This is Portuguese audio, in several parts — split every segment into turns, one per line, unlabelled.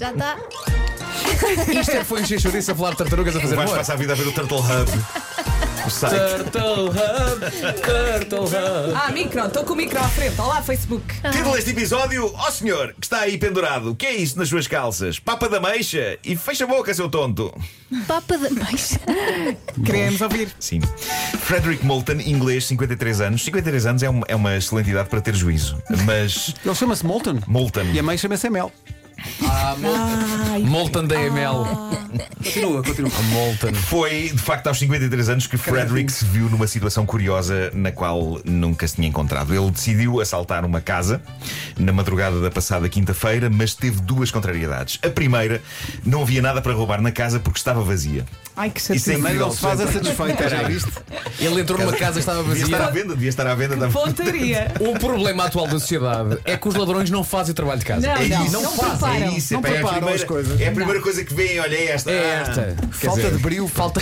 Já tá está.
Isto é que foi o Chechurice a falar de tartarugas a fazer
Vais
amor.
passar a vida a ver o Turtle Hub. O site.
Turtle Hub, Turtle Hub.
Ah, micro, estou com o micro à frente. Olá, Facebook.
Título deste episódio: Ó senhor, que está aí pendurado, o que é isso nas suas calças? Papa da meixa e fecha a boca, seu tonto.
Papa da Meixa.
Queremos ouvir.
Sim. Frederick Moulton, inglês, 53 anos. 53 anos é, um- é uma excelente idade para ter juízo. Mas
Ele chama-se Molten.
Moulton.
E a mãe chama-se Mel.
Molten da ML.
Continua, continua.
Molten.
Foi, de facto, aos 53 anos que Frederick se viu numa situação curiosa na qual nunca se tinha encontrado. Ele decidiu assaltar uma casa na madrugada da passada quinta-feira, mas teve duas contrariedades. A primeira, não havia nada para roubar na casa porque estava vazia.
Ai, que
Isso é
satisfação.
Mas
incrível.
não se faz a satisfeita, já viste?
Ele entrou numa casa que estava
Devia estar à
vazia.
venda, devia estar à venda. estava-
Pontaria.
O problema atual da sociedade é que os ladrões não fazem o trabalho de casa.
Não,
É
não,
isso,
não,
é
preparam.
isso,
não
pá, é a
preparam
primeira-
as coisas.
É a primeira coisa que vem, olha, é esta.
É
Ah.
esta. Quer
Falta
dizer,
de brilho.
Falta.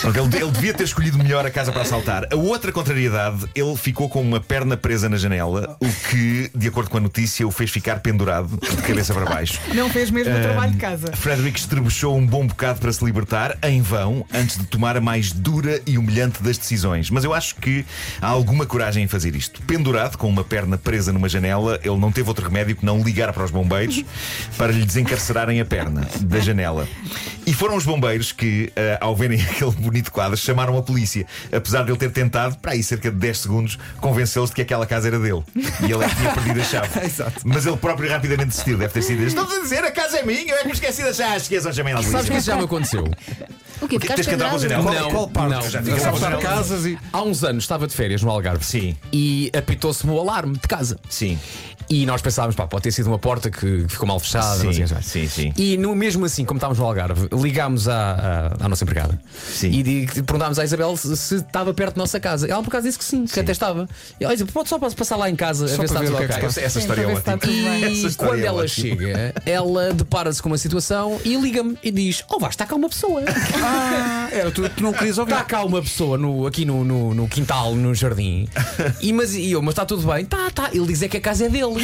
Pronto, ele, ele devia ter escolhido melhor a casa para assaltar. A outra contrariedade, ele ficou com uma perna presa na janela, o que, de acordo com a notícia, o fez ficar pendurado de cabeça para baixo.
Não fez mesmo o trabalho de
Ahm,
casa.
Frederick estrebuchou um bom bocado para se libertar, em vão, antes de tomar a mais dura e humilhante das decisões. Mas eu acho que há alguma coragem em fazer isto. Pendurado, com uma perna presa numa janela, ele não teve outro remédio que não ligar para os bombeiros para lhe desencarcerarem a perna da janela. E foram os bombeiros que, ah, ao verem aquele bonito quadro, chamaram a polícia, apesar de ele ter tentado, para aí cerca de 10 segundos, convencê-los de que aquela casa era dele. E ele é que tinha perdido a chave. Mas ele próprio rapidamente desistiu, deve ter sido este. Estão a dizer, a casa é minha, eu é que me esqueci de achar. Esqueçam, chamei a
Sabes que
polícia.
isso já me aconteceu?
O quê?
Porque
Ficaste
tens que entrar
pendurado?
pela janela.
Qual,
Não,
qual parte?
não.
Já
Fica
fica
a
só
saltar
o jornal.
casas e.
Há uns anos estava de férias no Algarve.
Sim.
E apitou-se-me o alarme de casa.
Sim.
E nós pensávamos, pá, pode ter sido uma porta que ficou mal fechada.
Sim,
não sei o que mais.
sim, sim.
E no, mesmo assim, como estávamos no Algarve, ligámos à, à, à nossa empregada
Sim.
e di- perguntámos à Isabel se, se estava perto da nossa casa. Ela por acaso disse que sim, que até estava. E ela disse, pode só passar lá em casa a ver se
para
está
ver
tudo
o que é que
ok.
se
Essa, essa história é
Sim, para
ótima.
ver se está tudo bem.
Essa
E
história
quando
é
ela
ótima.
chega, ela depara-se com uma situação e liga-me e diz: Oh, vá, está cá uma pessoa.
Ah, era tu, tu não querias ouvir.
Está cá uma pessoa no, aqui no, no, no quintal, no jardim. E, mas, e eu, mas está tudo bem? Tá, tá. Ele diz é que a casa é dele.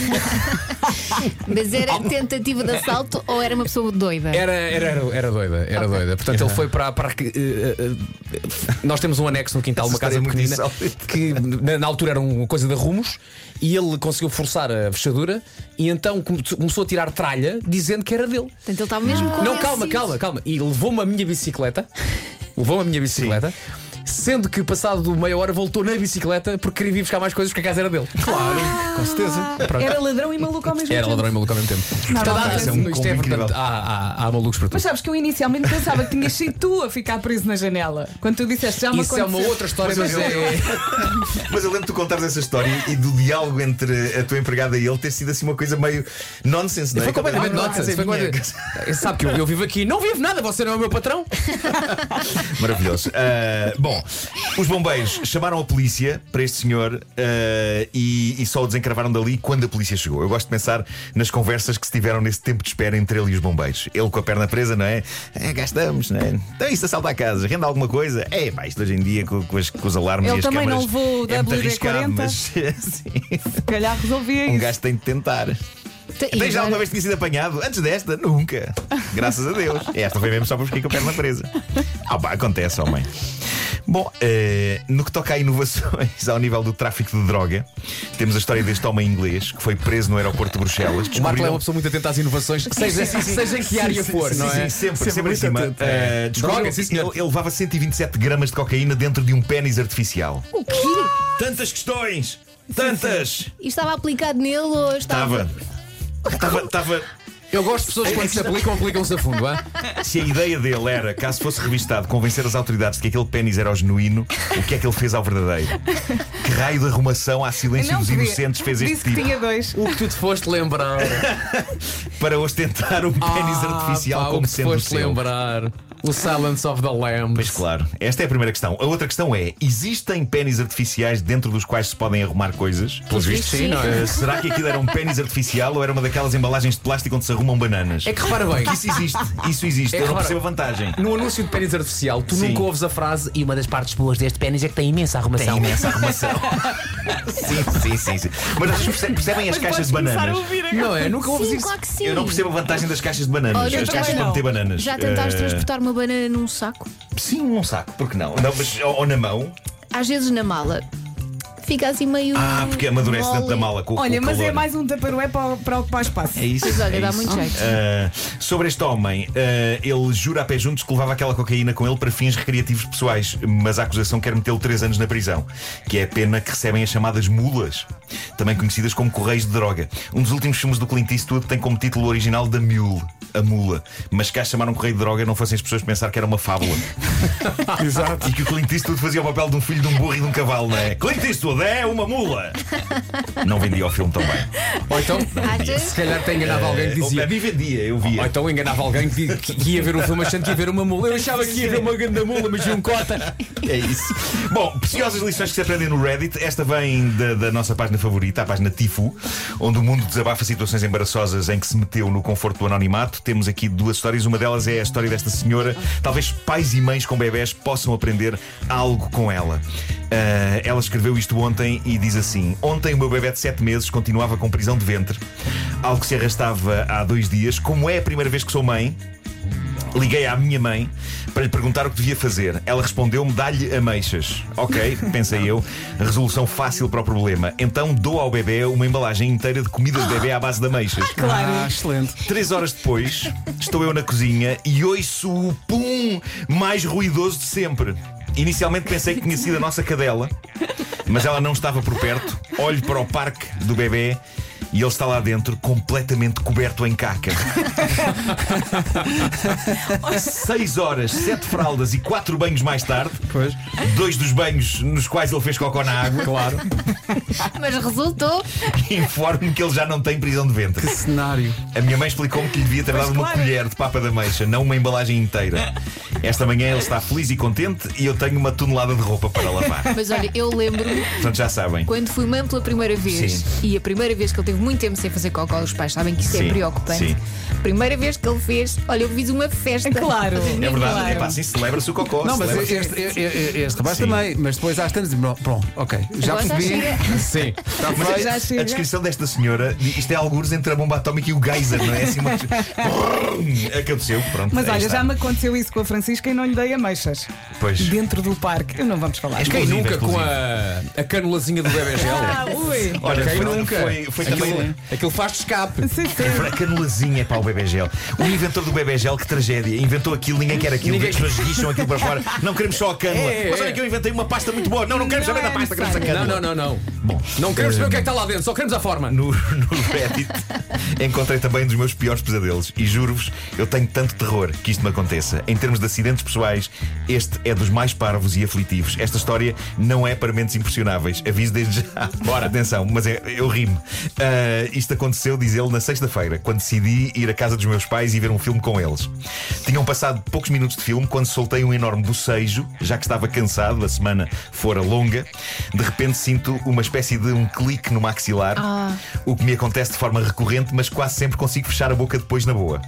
Mas era tentativa de assalto ou era uma pessoa doida?
Era, era, era, era doida, era doida. Portanto, ele foi para. para que, eh, eh, eh, nós temos um anexo no quintal,
Essa
uma casa
história é
pequenina,
muito insólita.
que na, na altura era uma coisa de arrumos, e ele conseguiu forçar a fechadura e então come- começou a tirar tralha dizendo que era dele.
Portanto, Então, ele estava mesmo com
Não, calma, calma, calma. E levou-me a minha bicicleta. Levou-me a minha bicicleta. Sendo que passado meia hora voltou na bicicleta porque queria vir buscar mais coisas porque a casa era dele.
Claro, com certeza.
Era ladrão e maluco ao mesmo
Era
tempo.
ladrão e maluco ao mesmo tempo. Portanto, há-
mas
é um- isto é
combo
portanto,
incrível.
há, há, há malucos para
Mas
tudo.
sabes que eu inicialmente pensava que tinhas sido tu a ficar preso na janela. Quando tu disseste já me
Isso é uma
aconteceu.
outra história,
Mas
mas,
eu-
é.
Mas eu lembro de tu contares essa história e do diálogo entre a tua empregada e ele ter sido assim uma coisa meio nonsense, não é?
Foi completamente
Não, não,
nonsense.
não,
Foi
não, não,
completamente- Sabe que eu, eu vivo aqui, não vivo nada, você não é o meu patrão.
Maravilhoso. Ah, bom, os bombeiros chamaram a polícia para este senhor ah, e, e só o desencravaram dali quando a polícia chegou. Eu gosto de pensar nas conversas que se tiveram nesse tempo de espera entre ele e os bombeiros. Ele com a perna presa, não é? É, gastamos, não é? Então isso assalta a casa, rende alguma coisa? É, pá, isto hoje em dia com, com as- com os alarmes
Ele
e as
também
câmaras
não levou o
é muito
WD-40?
arriscado, mas sim,
Se calhar resolvia
um
isso.
gajo tem de tentar.
calma.
Tens já alguma vez tinha sido apanhado? Antes desta? Nunca. Graças a Deus. Esta foi mesmo só para ficar com a perna presa. Ah, pá, acontece, homem. Bom, eh, no que toca a inovações ao nível do tráfico de droga, temos a história deste homem inglês que foi preso no aeroporto de Bruxelas.
O Marco é uma
Descobriram-
pessoa muito atenta às inovações, seja, seja em que área for, não é?
Sim, sempre, sempre,
Sempre
em
muito
cima.
atento. é.
Eh, descobriram
Droga, sim,
que
senhor.
ele, ele levava 127 gramas de cocaína dentro de um pênis artificial. O quê? Tantas questões! Tantas!
E estava aplicado nele ou estava.
Estava. Estava. Estava.
Eu gosto de pessoas que quando se aplicam, aplicam-se a fundo, hã?
Se a ideia dele era, caso fosse revistado, convencer as autoridades de que aquele pênis era o genuíno, o que é que ele fez ao verdadeiro? Que raio de arrumação à silêncio
Não
dos
podia.
inocentes fez
Disse
este
que
tipo
tinha dois.
O que tu te foste lembrar.
para ostentar um pênis artificial
Ah, pá, o
como
que te
sendo o
foste
seu?
lembrar. O Silence of the Lambs.
Pois claro, esta é a primeira questão. A outra questão é: existem pênis artificiais dentro dos quais se podem arrumar coisas?
Pelos vistos, sim, não é?
Eh, será que aquilo era um pênis artificial ou era uma daquelas embalagens de plástico onde se arrumam bananas.
É que repara bem.
Porque isso existe, isso existe.
É
Eu não
claro.
percebo a vantagem.
No anúncio de pênis artificial, tu
Sim.
nunca ouves a frase e uma das partes boas deste pênis é que tem imensa arrumação.
arrumação. sim, sim, sim, sim. Mas vocês perce- percebem as caixas de bananas?
Não é? Nunca ouves
Sim,
isso.
claro que sim.
Eu não percebo a vantagem das caixas de bananas.
Olha, eu
as
também
caixas
não.
para meter bananas.
Já tentaste
Eh,
transportar uma banana num saco?
Sim, um saco, porque não? Não, mas ou, ou na mão.
Às vezes na mala. Fica assim meio.
Ah, porque amadurece
mole.
dentro da mala com, com
Olha,
o
mas é
calor.
mais um taparoé para, para ocupar espaço.
É isso.
Pois olha,
é
dá
isso.
muito jeito.
Ah, sobre este homem, ah, ele jura a pé juntos que levava aquela cocaína com ele para fins recreativos pessoais, mas a acusação quer metê-lo três anos na prisão, que é a pena que recebem as chamadas mulas, também conhecidas como correios de droga. Um dos últimos filmes do Clint Eastwood tem como título original The Mule, a mula, mas cá chamaram um correio de droga não fossem as pessoas pensar que era uma fábula.
Exato.
E que o Clint Eastwood fazia o papel de um filho de um burro e de um cavalo, não é? Clint Eastwood é uma mula! Não vendia o filme tão bem. É,
Ou então,
Às vezes-
se calhar tem enganado alguém que
A
dizia.
mim vendia, eu via.
Ou então enganava alguém que, que ia ver um filme achando que ia ver uma mula. Eu achava que ia ver uma grande mula, mas vi um cota.
É isso. Bom, preciosas lições que se aprendem no Reddit. Esta vem da, da nossa página favorita, a página Tifu, onde o mundo desabafa situações embaraçosas em que se meteu no conforto do anonimato. Temos aqui duas histórias. Uma delas é a história desta senhora. Talvez pais e mães com bebés possam aprender algo com ela. Ah, ela escreveu isto ontem e diz assim: Ontem o meu bebé de 7 meses continuava com prisão de ventre, algo que se arrastava há dois dias. Como é a primeira vez que sou mãe, Liguei à minha mãe para lhe perguntar o que devia fazer. Ela respondeu-me: dá-lhe ameixas. Ok, pensei eu. Resolução fácil para o problema. Então dou ao bebê uma embalagem inteira de comida de bebê à base de ameixas.
Ah, excelente.
Três horas depois, estou eu na cozinha e ouço o pum mais ruidoso de sempre. Inicialmente pensei que tinha sido a nossa cadela, mas ela não estava por perto. Olho para o parque do bebê e ele está lá dentro, completamente coberto em caca. Seis horas, sete fraldas e quatro banhos mais tarde,
Pois.
dois dos banhos nos quais ele fez cocó na água,
Claro.
Mas resultou.
informo-me que ele já não tem prisão de ventre.
Cenário.
A minha mãe explicou-me que lhe devia ter dado uma
claro.
colher de papa da meixa, não uma embalagem inteira. Esta manhã ele está feliz e contente e eu tenho uma tonelada de roupa para lavar.
Mas olha, eu lembro-me
Portanto, já sabem.
quando fui mãe pela primeira vez
Sim.
e a primeira vez que ele teve muito tempo sem fazer cocó, os pais sabem que isso é
Sim,
preocupante.
sim.
Primeira vez que ele fez, olha, eu fiz uma festa.
Claro.
É verdade,
Claro.
é pá, assim celebra-se o cocó.
Não, mas
celebra-se.
este, este, este- este rapaz
Sim.
também. Mas depois às tantas. Pronto, pronto, ok. Já
Agora já
percebi.
chega.
Sim.
Está
Mas
feito.
Já
a-
chega.
a descrição desta senhora, isto é algures entre a bomba atómica e o geyser, não é? Assim uma... Brum, Aconteceu, pronto.
Mas
aí
olha,
está.
já me aconteceu isso com a Francisca e não lhe dei ameixas.
Pois. É.
Dentro do parque. Eu não vamos falar.
És
É Quem
Explosivo,
nunca
explosivo.
com a, a canulazinha do bebê gel?
Ah, ui.
Olha,
Quem
foi,
nunca?
foi, foi também. é
Aquilo, aquilo faz de escape.
Sim, sim.
A canulazinha para o bebê gel. O inventor do bebê gel, que tragédia. Inventou aquilo, ninguém quer aquilo,
Ninguém-
ninguém... as pessoas guicham aquilo para fora. Não queremos só a cânula.
É, é,
Mas olha
é.
que eu inventei uma pasta muito boa. Não, não queremos
Não
saber
é
da pasta, queremos a
necessário.
cânula.
Não, não, não, não.
Bom,
Não queremos saber o que é que está lá dentro, só queremos a forma.
No, no Reddit encontrei também um dos meus piores pesadelos e juro-vos, eu tenho tanto terror que isto me aconteça. Em termos de acidentes pessoais, este é dos mais parvos e aflitivos. Esta história não é para mentes impressionáveis. Aviso desde já. Bora, atenção, mas é, eu rimo. Ah, isto aconteceu, diz ele, na sexta-feira, quando decidi ir à casa dos meus pais e ver um filme com eles. Tinham passado poucos minutos de filme quando soltei um enorme bocejo, já que estava cansado, a semana fora longa. De repente sinto uma espécie de um clique no maxilar. O que me acontece de forma recorrente, mas quase sempre consigo fechar a boca depois na boa.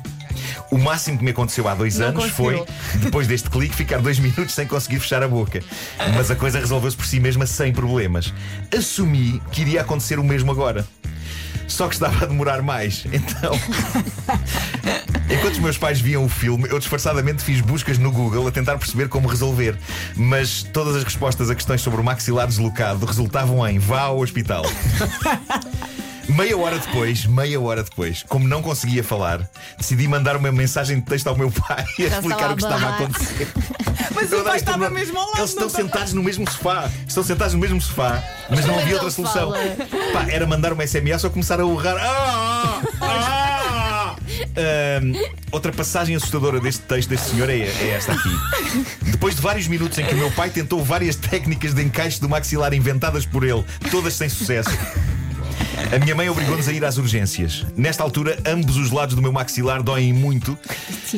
O máximo que me aconteceu há dois
Não
anos
conseguiu.
foi, depois deste clique, ficar dois minutos sem conseguir fechar a boca. Mas a coisa resolveu-se por si mesma sem problemas. Assumi que iria acontecer o mesmo agora. Só que estava a demorar mais. Então. Enquanto os meus pais viam o filme, eu disfarçadamente fiz buscas no Google a tentar perceber como resolver. Mas todas as respostas a questões sobre o maxilar deslocado resultavam em vá ao hospital. Meia hora depois, meia hora depois, como não conseguia falar, decidi mandar uma mensagem de texto ao meu pai e
Já estava
explicar o que estava a
a barrar.
acontecer.
Mas
Eu
o
adoro
pai
este
estava
pormenor.
mesmo ao lado.
Eles estão
não tá- estava?
sentados no mesmo sofá. Estão sentados no mesmo sofá, mas não
Como é que
havia outra
ele
solução.
fala?
Pá, era mandar uma SMS ou começar a urrar. "Ah, ah, ah." Ahm, outra passagem assustadora deste texto deste senhor é, é esta aqui. Depois de vários minutos em que o meu pai tentou várias técnicas de encaixe do maxilar inventadas por ele, todas sem sucesso. A minha mãe obrigou-nos a ir às urgências. Nesta altura, ambos os lados do meu maxilar doem muito,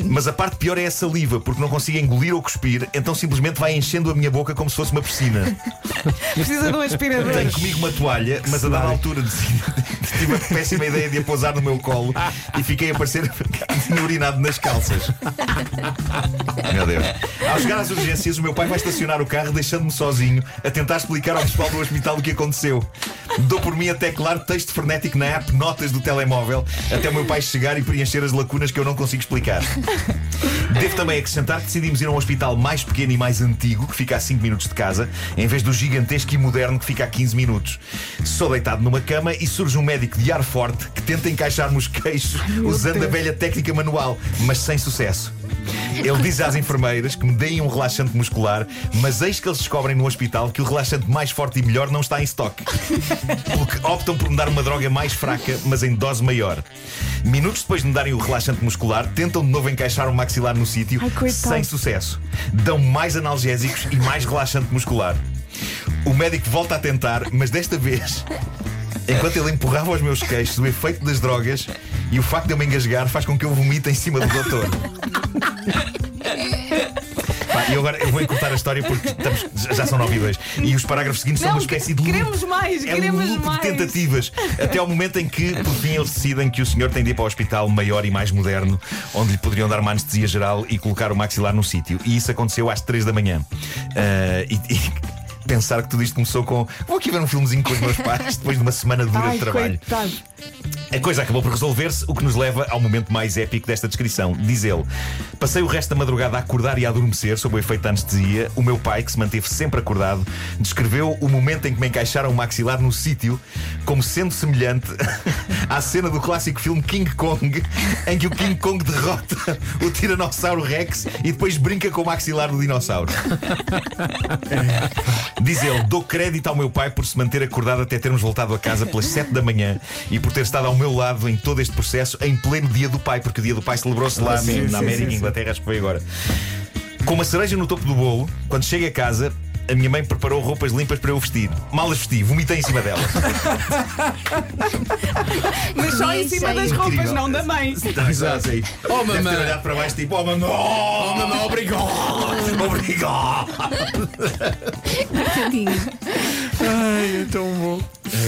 mas a parte pior é a saliva, porque não consigo engolir ou cuspir, então simplesmente vai enchendo a minha boca como se fosse uma piscina.
Precisa de um aspirador.
Tenho comigo uma toalha, mas a dada altura decidi- tive a péssima ideia de a pousar no meu colo e fiquei a parecer urinado nas calças. Meu Deus. Ao chegar às urgências, o meu pai vai estacionar o carro, deixando-me sozinho, a tentar explicar ao pessoal do hospital o que aconteceu. Dou por mim a teclar texto frenético na app Notas do telemóvel, até o meu pai chegar e preencher as lacunas que eu não consigo explicar. Devo também acrescentar que decidimos ir a um hospital mais pequeno e mais antigo, que fica a 5 minutos de casa, em vez do gigantesco e moderno que fica a 15 minutos. Sou deitado numa cama e surge um médico de ar forte que tenta encaixar-me os queixos usando a velha técnica manual, mas sem sucesso. Ele diz às enfermeiras que me deem um relaxante muscular, mas eis que eles descobrem no hospital que o relaxante mais forte e melhor não está em estoque. Porque optam por me dar uma droga mais fraca, mas em dose maior. Minutos depois de me darem o relaxante muscular, tentam de novo encaixar o maxilar no sítio,
Ai, coitado.
sem sucesso. Dão mais analgésicos e mais relaxante muscular. O médico volta a tentar, mas desta vez Enquanto ele empurrava os meus queixos o efeito das drogas e o facto de eu me engasgar faz com que eu vomite em cima do doutor. Pá, e agora eu vou encurtar a história porque estamos- já- já são 9 e 2. E os parágrafos seguintes são
Não,
uma espécie de loop.
queremos mais,
é
queremos
um loop
mais.
de tentativas. Até ao momento em que, por fim, eles decidem que o senhor tem de ir para o hospital maior e mais moderno, onde lhe poderiam dar uma anestesia geral e colocar o maxilar no sítio. E isso aconteceu às 3 da manhã. Ah, e- e Pensar que tudo isto começou com vou aqui ver um filmezinho com os meus pais depois de uma semana dura de
Ai,
trabalho.
coitado.
A coisa acabou por resolver-se, o que nos leva ao momento mais épico desta descrição. Diz ele: Passei o resto da madrugada a acordar e a adormecer sob o efeito da anestesia. O meu pai, que se manteve sempre acordado, descreveu o momento em que me encaixaram o maxilar no sítio como sendo semelhante à cena do clássico filme King Kong, em que o King Kong derrota o Tiranossauro Rex e depois brinca com o maxilar do dinossauro. Diz ele, dou crédito ao meu pai por se manter acordado até termos voltado a casa pelas 7 da manhã e por ter estado ao meu lado em todo este processo em pleno dia do pai, porque o dia do pai celebrou-se lá mesmo, na América e Inglaterra, acho que foi agora. Com uma cereja no topo do bolo, quando chego a casa, a minha mãe preparou roupas limpas para eu vestir. Mal as vesti, vomitei em cima delas.
Mas só em
Isso é
cima
aí.
das roupas,
Incrível.
não da mãe.
Exato.
Oh,
Deve ter
mamãe.
olhado para baixo tipo, oh mamãe, oh mamãe, obrigado, obrigado.
Tadinho.
Ai, é tão bom.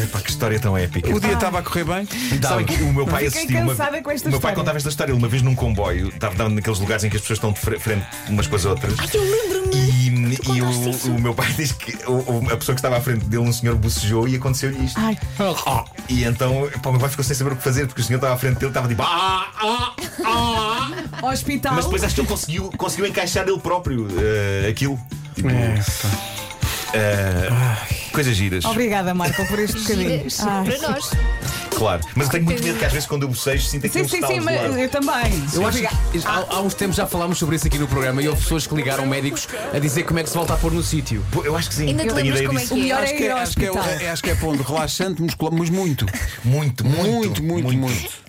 Epá, que história tão épica.
O dia estava a correr bem.
Sabem que o meu pai
Fiquei
assistiu uma...
cansada com esta
O meu pai
história.
contava esta história ele uma vez num comboio, estava estava naqueles lugares em que as pessoas estão de fre- frente umas com as outras.
Ai, eu lembro-me.
E, e
contaste isso.
o, o meu pai diz que o- o- a pessoa que estava à frente dele, um senhor, bocejou e aconteceu isto.
Ai.
E então pá, o meu pai ficou sem saber o que fazer, porque o senhor estava à frente dele, estava tipo. "Ah, ah, ah."
Hospital.
Mas depois acho que ele conseguiu, conseguiu encaixar ele próprio eh, aquilo. Tipo, eh, coisas giras.
Obrigada, Marco, por este bocadinho. Ah.
Gira,
Ai.
gira para nós.
Claro. Mas eu tenho muito medo que às vezes quando eu bocejo sinta que
Sim,
um
sim,
estalo
sim,
do
mas
lado.
eu também.
Eu acho que há, há uns tempos já falámos sobre isso aqui no programa e houve pessoas que ligaram médicos a dizer como é que se volta a pôr no sítio.
Pô, Eu acho que sim.
Ainda te
eu tenho
lembras
ideia
como é
disso.
O melhor
Acho
é
que, é-
ir ao
acho, que é,
hospital.
é- acho que é ponto relaxante, muscular, mas muito.
Muito,
Muito, muito, muito.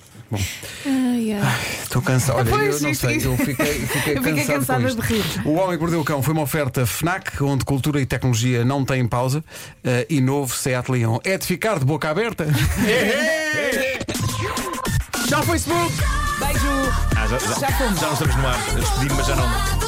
Ai, ai.
Estou cansado. Olha,
Pois,
eu não
isto-
sei, eu fiquei, fiquei
Eu fiquei
cansado
cansada
com isto.
de rir.
O Homem que Mordeu o Cão foi uma oferta FNAC, onde cultura e tecnologia não têm pausa, eh, e novo Seat Leon. É de ficar de boca aberta?
Tchau, Facebook!
Beijo.
Ah, já, já,
Já fomos.
já não estamos no ar. Despedi-me, mas já não.
do